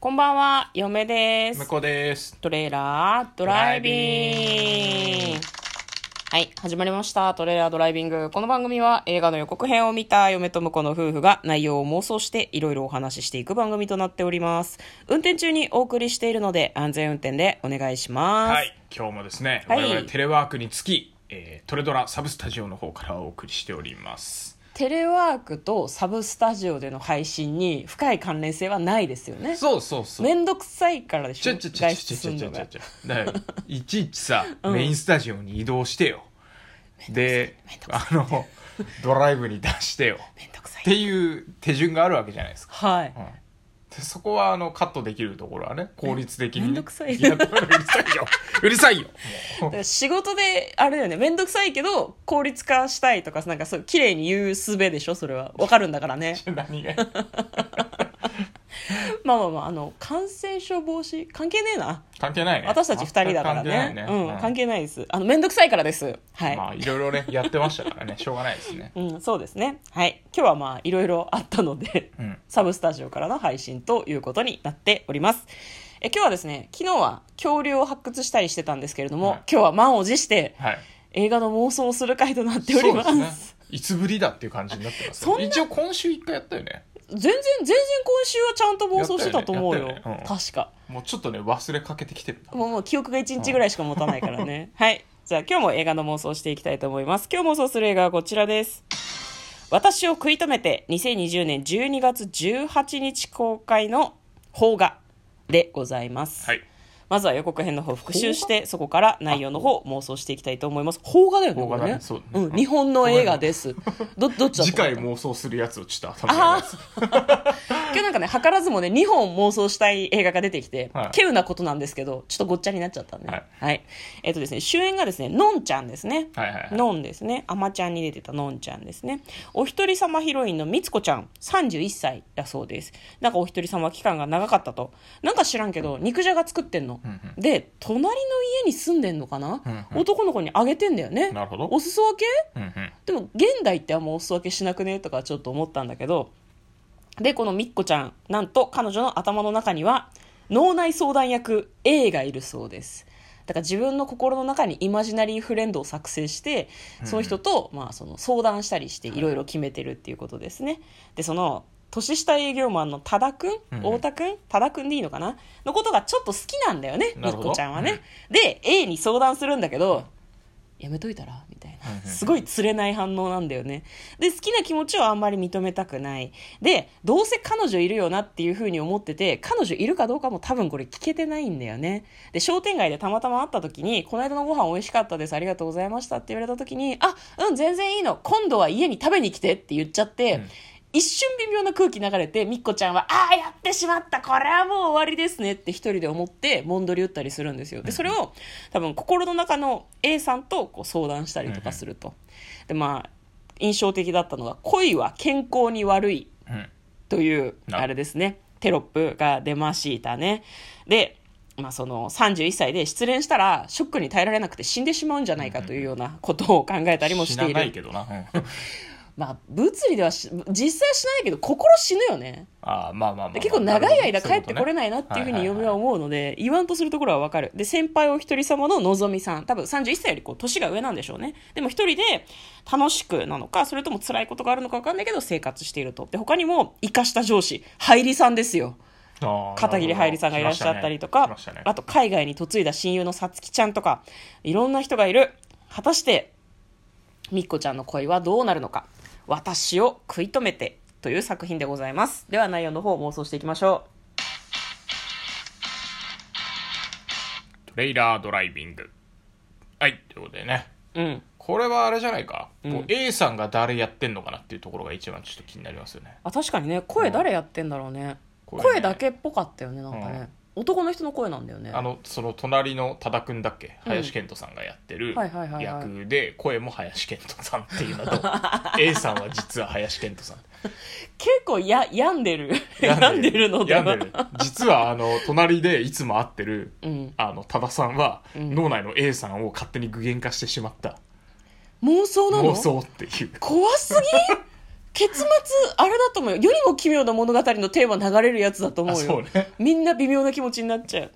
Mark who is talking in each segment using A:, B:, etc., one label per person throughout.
A: こんばんは、嫁です
B: 向。こうです
A: トレーラードライビング。はい、始まりました。トレーラードライビング。この番組は映画の予告編を見た嫁と婿の夫婦が内容を妄想していろいろお話ししていく番組となっております。運転中にお送りしているので安全運転でお願いします。
B: はい今日もですね、
A: はい
B: 我々テレワークにつき、えートレドラサブスタジオの方からお送りしております
A: テレワークとサブスタジオでの配信に深い関連性はないですよね。
B: そうそうそう
A: めんどくさいからでし
B: ち
A: ょ
B: ょちょちょ
A: 外
B: ち
A: 出
B: ょ
A: す
B: ちょ
A: ん
B: ちょ
A: の
B: ちょ
A: が。
B: ちょだからいちい ちさ、メインスタジオに移動してよであのドライブに出してよ
A: めんどくさ
B: って
A: い。
B: いう手順があるわけじゃないですか、
A: はい。
B: うんでそこはあのカットできるところはね効率的にね
A: めんどくさい
B: やうるさ いようる さいよも
A: だから仕事であれだよね面倒くさいけど効率化したいとかなんかそう綺麗に言う術でしょそれはわかるんだから ね
B: う何が
A: まあまあまああの感染症防止関係ねえな
B: 関係ないね
A: 私たち2人だから
B: 全く関係ない
A: ね
B: ね、
A: うん、関係ないですあの面倒くさいからですはい、
B: まあいろいろねやってましたからねしょうがないですね
A: うん、そうですねはい今日はまあいろいろあったので、
B: うん
A: サブスタジオからの配信ということになっておりますえ今日はですね昨日は恐竜を発掘したりしてたんですけれども、
B: はい
A: 今日は満を持して
B: はい
A: 映画の妄想をする回となっております
B: そうですねいつぶりだっていう感じになってますけど
A: そんな
B: 一応今週一回やったよね
A: 全然全然今週はちゃんと暴走してたと思うよ
B: やったよねやったよねうん
A: 確か
B: もうちょっとね忘れかけてきてる
A: もうもう記憶が1日ぐらいしか持たないから ねはいじゃあ今日も映画の妄想していきたいと思います今日妄想する映画はこちらです私を食い止めて2020年12月18日公開の邦画でございます、
B: はい
A: まずは予告編の方を復習してそこから内容の方を妄想していきたいと思います邦画だよね
B: 邦画だ
A: こ
B: ね
A: れね
B: そうだね
A: うん、日本の映画ですどどっちだと思った
B: 次回妄想するやつをちょっと頭に入
A: あ
B: れます
A: 今日なんかね図らずもね2本妄想したい映画が出てきて、
B: はい
A: 稀有なことなんですけどちょっとごっちゃになっちゃったんで、は
B: はいい
A: えっ、とですね主演がですねのんちゃんですね、
B: はいはいはい
A: のんですねあまちゃんに出てたのんちゃんですねお一人様ヒロインのみつこちゃん31歳だそうですなんかお一人様期間が長かったとなんか知らんけど肉じゃが作ってんの、
B: ん
A: で隣の家に住んでんのかな、
B: うん
A: 男の子にあげてんだよね
B: なるほど
A: お裾分け
B: うんうん
A: でも現代ってあんまお裾分けしなくねとかちょっと思ったんだけどでこのみっこちゃんなんと彼女の頭の中には脳内相談役 A がいるそうですだから自分の心の中にイマジナリーフレンドを作成してその人と、まあ、その相談したりしていろいろ決めてるっていうことですねでその年下営業マンの多田くん
B: うん
A: 太田くん多田くんでいいのかなのことがちょっと好きなんだよねみ
B: な
A: っ
B: るほど
A: こちゃんはね、で A に相談するんだけどやめといたらみたい
B: うんう
A: な
B: ん
A: すごい釣れない反応なんだよねで好きな気持ちをあんまり認めたくないでどうせ彼女いるよなっていうふうに思ってて彼女いるかどうかも多分これ聞けてないんだよねで商店街でたまたま会った時に「この間のご飯美味しかったですありがとうございました」って言われた時に「あうん全然いいの今度は家に食べに来て」って言っちゃって、
B: うん
A: 一瞬微妙な空気流れてみっこちゃんは「ああやってしまったこれはもう終わりですね」って一人で思ってもんどり打ったりするんですよでそれを多分心の中の A さんとこう相談したりとかするとでまあ印象的だったのが「恋は健康に悪い」
B: うん
A: という
B: な
A: あれですねテロップが出ましたねで、まあ、その31歳で失恋したらショックに耐えられなくて死んでしまうんじゃないかというようなことを考えたりもし
B: 死
A: て
B: ないない
A: る、
B: けどな、うん
A: まあ、物理ではし実際はしないけど心死ぬよね
B: ああまあまあまあまあ、
A: で結構長い間帰ってこれ
B: い
A: ないなっていうふう
B: は
A: に
B: いはいはい
A: 嫁は思うので言わんとするところはわかるで先輩お一人様ののぞみさん多分31歳よりこう年が上なんでしょうねでも一人で楽しくなのかそれとも辛いことがあるのかわかんないけど生活しているとで他にも生かした上司入りさんですよ片桐はいりさんがいらっしゃったりとか、あと海外に嫁いだ親友のさつきちゃんとかいろんな人がいる果たしてみっこちゃんの恋はどうなるのか「私を食い止めて」という作品でございますでは内容の方を妄想していきましょう
B: トレイラードライビングはいということでね
A: うん、
B: これはあれじゃないか、
A: うん
B: こう A さんが誰やってんのかなっていうところが一番ちょっと気になりますよね
A: あ確かにね声誰やってんだろうね、
B: 声ね
A: 声だけっぽかったよねなんかね、男の人の声なんだよね
B: あのその隣の多田君だっけ
A: うん
B: 林遣都さんがやってる
A: はいはいはいはい
B: 役で声も林遣都さんっていう のと A さんは実は林遣都さん
A: 結構や病んでる 病んでるのでは
B: 病んでる実はあの隣でいつも会ってる
A: うん、
B: あの多田さんは、
A: うん
B: 脳内の A さんを勝手に具現化してしまった
A: 妄想なの
B: 妄想っていう
A: 怖すぎ結末あれだと思うよ世にも奇妙な物語のテーマ流れるやつだと思うよ
B: あそうね
A: みんな微妙な気持ちになっちゃう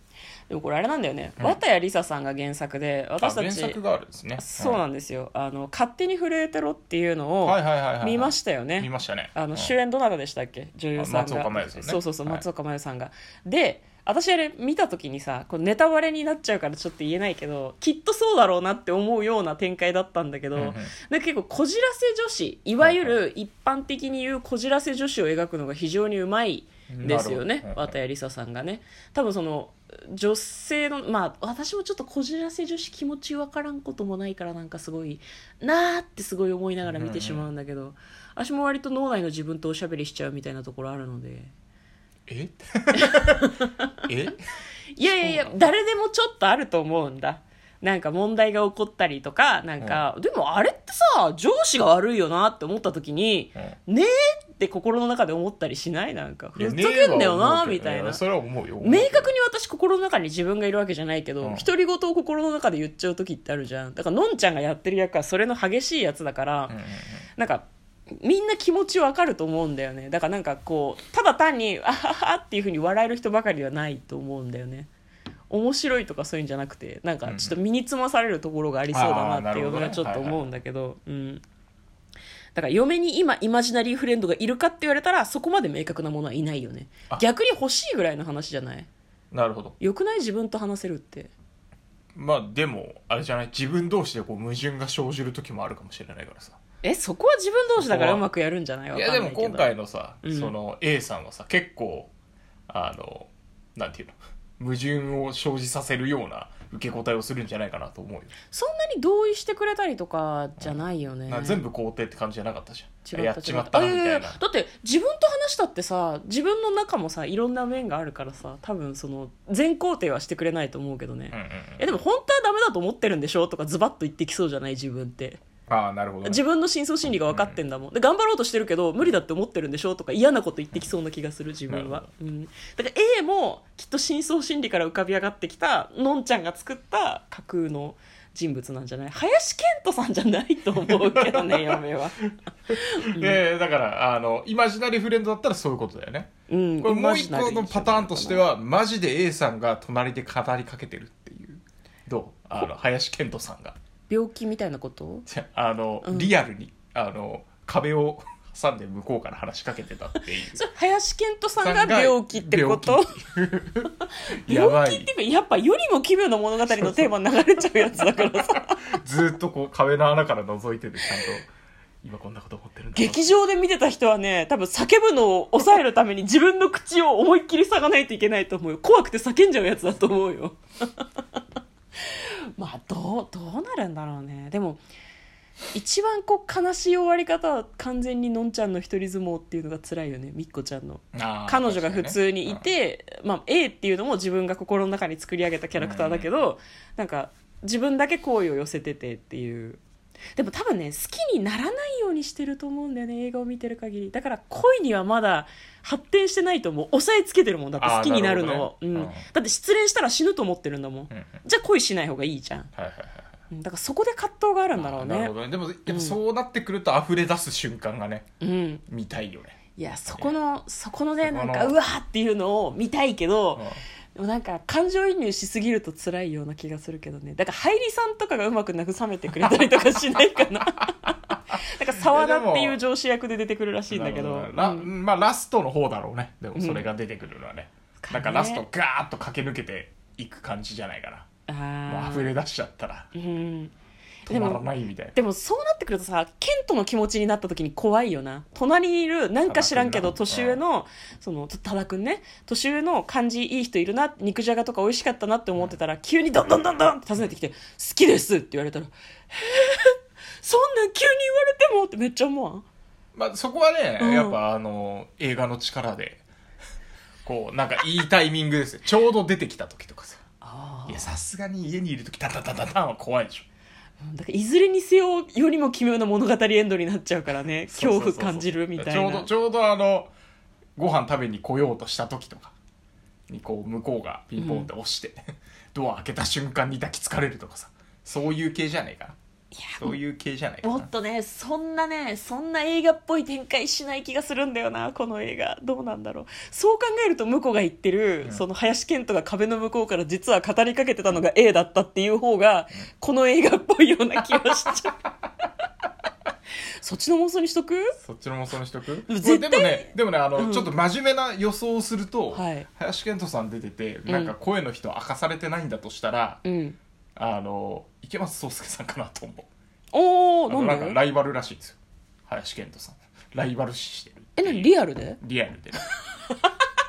A: でもこれあれなんだよね、
B: うん
A: 綿谷りささんが原作で私た
B: あ原
A: ち
B: 作があるんですね
A: そうなんですよ、あの勝手に震えてろっていうのを
B: はいはいはいはい
A: 見ましたよね、
B: 見ましたね
A: あ
B: う
A: の
B: ん
A: 主演どなたでしたっけ女優さんが
B: あ松岡茉優さんね
A: そうそうそう
B: はい
A: 松岡茉優さんが、で私あれ見た時にさこれネタバレになっちゃうからちょっと言えないけどきっとそうだろうなって思うような展開だったんだけど、
B: うんう
A: な
B: ん
A: んか結構こじらせ女子いわゆる一般的に言うこじらせ女子を描くのが非常にうまいですよ
B: なるほ
A: ね
B: ど
A: 綿谷りささんがね多分その女性のまあ私もちょっとこじらせ女子気持ちわからんこともないからなんかすごいなーってすごい思いながら見てしまうんだけど、私も割と脳内の自分とおしゃべりしちゃうみたいなところあるので
B: え え
A: いやいやいや誰でもちょっとあると思うんだなんか問題が起こったりとかなんか、でもあれってさ上司が悪いよなって思った時に、ねえって心の中で思ったりしないなんかふざけんなよなみたいな
B: やそれは思うよ
A: 明確に私心の中に自分がいるわけじゃないけど、
B: うん
A: 独り言を心の中で言っちゃう時ってあるじゃんだからのんちゃんがやってる役はそれの激しいやつだから、
B: うんうんうん
A: なんかみんな気持ちわかると思うんだよねだからなんかこうただ単にあははっていうふうに笑える人ばかりではないと思うんだよね面白いとかそういうんじゃなくてなんかちょっと身につまされるところがありそうだなっていうの
B: うんあーなるほど
A: が
B: ね
A: ちょっと思うんだけどうんだから嫁に今イマジナリーフレンドがいるかって言われたらそこまで明確なものはいないよね
B: あ
A: 逆に欲しいぐらいの話じゃない
B: なるほど
A: よくない自分と話せるって
B: まあでもあれじゃない自分同士でこう矛盾が生じる時もあるかもしれないからさ
A: えそこは自分同士だからうまくやるんじゃないわ
B: い
A: かん
B: や
A: ないけ
B: で
A: ど
B: も今回のさ、
A: うん
B: その A さんはさ結構あのなんていうの矛盾を生じさせるような受け答えをするんじゃないかなと思うよ、
A: そんなに同意してくれたりとかじゃないよね、
B: な全部肯定って感じじゃなかったじゃん
A: 違
B: や
A: った
B: っ
A: 違
B: ち
A: った
B: まったな
A: あ
B: み
A: や
B: た
A: や
B: いな
A: だって自分と話したってさ自分の中もさいろんな面があるからさ多分その全肯定はしてくれないと思うけどね、
B: うんうんうん
A: えでも本当はダメだと思ってるんでしょとかズバッと言ってきそうじゃない自分って
B: ああなるほどね、
A: 自分の深層心理が分かってんだもん、で頑張ろうとしてるけど無理だって思ってるんでしょとか嫌なこと言ってきそうな気がする自分
B: なる
A: は、うん、だから A もきっと深層心理から浮かび上がってきたのんちゃんが作った架空の人物なんじゃない林遣都さんじゃないと思うけどね嫁 は、
B: でだからあのイマジナリーフレンドだったらそういうことだよね
A: うん、
B: これもう一個のパターンとしてはマジで A さんが隣で語りかけてるっていうどうあの林遣都さんが
A: 病気みたいなこと
B: じゃあの、
A: うん
B: リアルにあの壁を挟んで向こうから話しかけてたっていう
A: それ林遣都さんが病気ってこと病
B: 病
A: 気
B: やば
A: っ
B: い
A: ていうかやっぱよりも奇妙な物語のテーマ流れちゃうやつだからさ
B: ずーっとこう壁の穴から覗いててちゃんと今こんなこと思ってるんだな
A: 劇場で見てた人はね多分叫ぶのを抑えるために自分の口を思いっきり塞がないといけないと思うよ怖くて叫んじゃうやつだと思うよ まあどうどうなるんだろうねでも一番こう悲しい終わり方は完全にのんちゃんの一人相撲っていうのが辛いよねみっこちゃんの
B: あー
A: 彼女が普通にいて、まあ、A っていうのも自分が心の中に作り上げたキャラクターだけど、なんか自分だけ好意を寄せててっていうでも多分ね好きにならないようにしてると思うんだよね映画を見てる限りだから恋にはまだ発展してないと思う抑えつけてるもんだって
B: あー
A: 好きになるのを
B: なるほどね
A: うん
B: うん
A: だって失恋したら死ぬと思ってるんだもん、
B: 確かにね
A: じゃあ恋しない方がいいじゃん
B: うんはいはいはい
A: うんだからそこで葛藤があるんだろう
B: あーなる
A: ね
B: ほどねでもやっぱそうなってくると溢れ出す瞬間がね、
A: うん
B: 見たいよね、
A: いやそこのそこのね
B: そ
A: な
B: この
A: んかうわーっていうのを見たいけど、
B: うん
A: でもなんか感情移入しすぎると辛いような気がするけどねだから入りさんとかがうまく慰めてくれたりとかしない かななんか沢田っていう上司役で出てくるらしいんだけど
B: なるほな
A: うん
B: まあラストの方だろうねでもそれが出てくるのはね、
A: うん
B: なんかラストガーッと駆け抜けていく感じじゃないかなも
A: あ
B: う
A: ー
B: 溢れ出しちゃったら
A: うん
B: 止まらないみたいな
A: でもそうなってくるとさケントの気持ちになった時に怖いよな隣にいるなんか知らんけど
B: 多田
A: 年
B: 君な
A: 上のその多田君ね年上の感じいい人いるな肉じゃがとか美味しかったなって思ってたら急にどんどんどんどんって訪ねてきて「好きです」って言われたら「へえそんなん急に言われても」ってめっちゃ思わん
B: まあ、そこはね、
A: うん
B: やっぱあの映画の力で こうなんかいいタイミングですよちょうど出てきた時とかさ
A: あ
B: いやさすがに家にいる時タタタタタンは怖いでしょ
A: だからいずれにせよよりも奇妙な物語エンドになっちゃうからね恐
B: そう
A: 怖
B: そうそうそう
A: 感じるみたいな
B: ちょうどちょうどあのご飯食べに来ようとした時とかにこう向こうが ピンポンって押して、ドア開けた瞬間に抱きつかれるとかさそういう系じゃねえかなそういう系じゃないか
A: も
B: な
A: っとねそんなねそんな映画っぽい展開しない気がするんだよなこの映画どうなんだろうそう考えると向こうが言ってる、
B: うん
A: その林遣都が壁の向こうから実は語りかけてたのが A だったっていう方が、この映画っぽいような気がしちゃう そっちの妄想にしとく
B: そっちの妄想にしとく
A: も絶対
B: これでもねでもねあの、
A: うん
B: ちょっと真面目な予想をすると、
A: はい
B: 林遣都さん出ててなんか声の人明かされてないんだとしたら、
A: うん
B: あの池松壮亮さんかなと思う
A: お
B: あ
A: お
B: の
A: な
B: なんんか
A: で
B: ライバルらしいんですよ林遣都さんライバル視してる
A: え何リアルで
B: リアルでね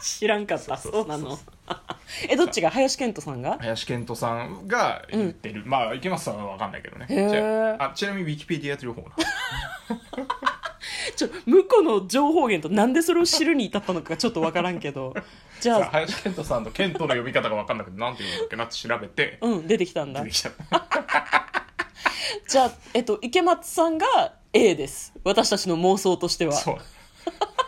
A: 知らんかったそうな
B: そう
A: の えどっちが林遣都さんが
B: 林遣都さんが言ってる、まあ池松さんは分かんないけどね
A: へー
B: じゃああちなみにウィキペディア情 報な
A: ちょ向こうの情報源となんでそれを知るに至ったのかちょっとわからんけどじ
B: さ
A: ゃ
B: あ
A: あ
B: 林遣都さんの遣都の呼び方が分かんなくてなんて言うんだっけなって調べて
A: うん出てきたん
B: 出
A: だ
B: てきちゃった
A: じゃあ、えっと、池松さんが A です私たちの妄想としては
B: そう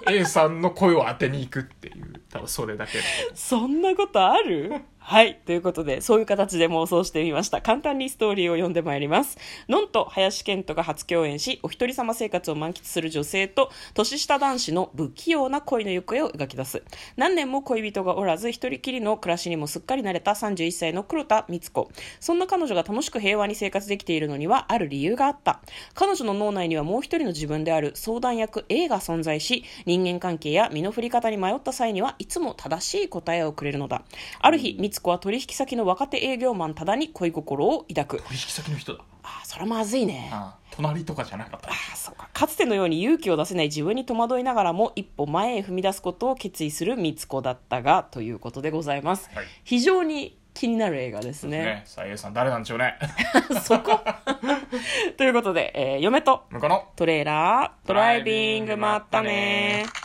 B: A さんの声を当てに行くっていう多分それだけ
A: そんなことある はい。ということで、そういう形で妄想してみました。簡単にストーリーを読んでまいります。のんと林健人が初共演し、お一人様生活を満喫する女性と、年下男子の不器用な恋の行方を描き出す。何年も恋人がおらず、一人きりの暮らしにもすっかり慣れた31歳の黒田光子。そんな彼女が楽しく平和に生活できているのには、ある理由があった。彼女の脳内にはもう一人の自分である相談役 A が存在し、人間関係や身の振り方に迷った際にはいつも正しい答えをくれるのだ。ある日、美津子は取引先の若手営業マンただに恋心を抱く。
B: 取引先の人だ
A: ああ、そらまずいね。
B: ああ隣とかじゃなかった
A: ああそうかかつてのように勇気を出せない自分に戸惑いながらも一歩前へ踏み出すことを決意する美津子だったがということでございます、
B: はい
A: 非常に気になる映画ですね
B: ねさあ A さん誰なんでしょうね
A: そこ ということで、えー嫁と
B: 向こうの
A: トレーラードライビングまったねー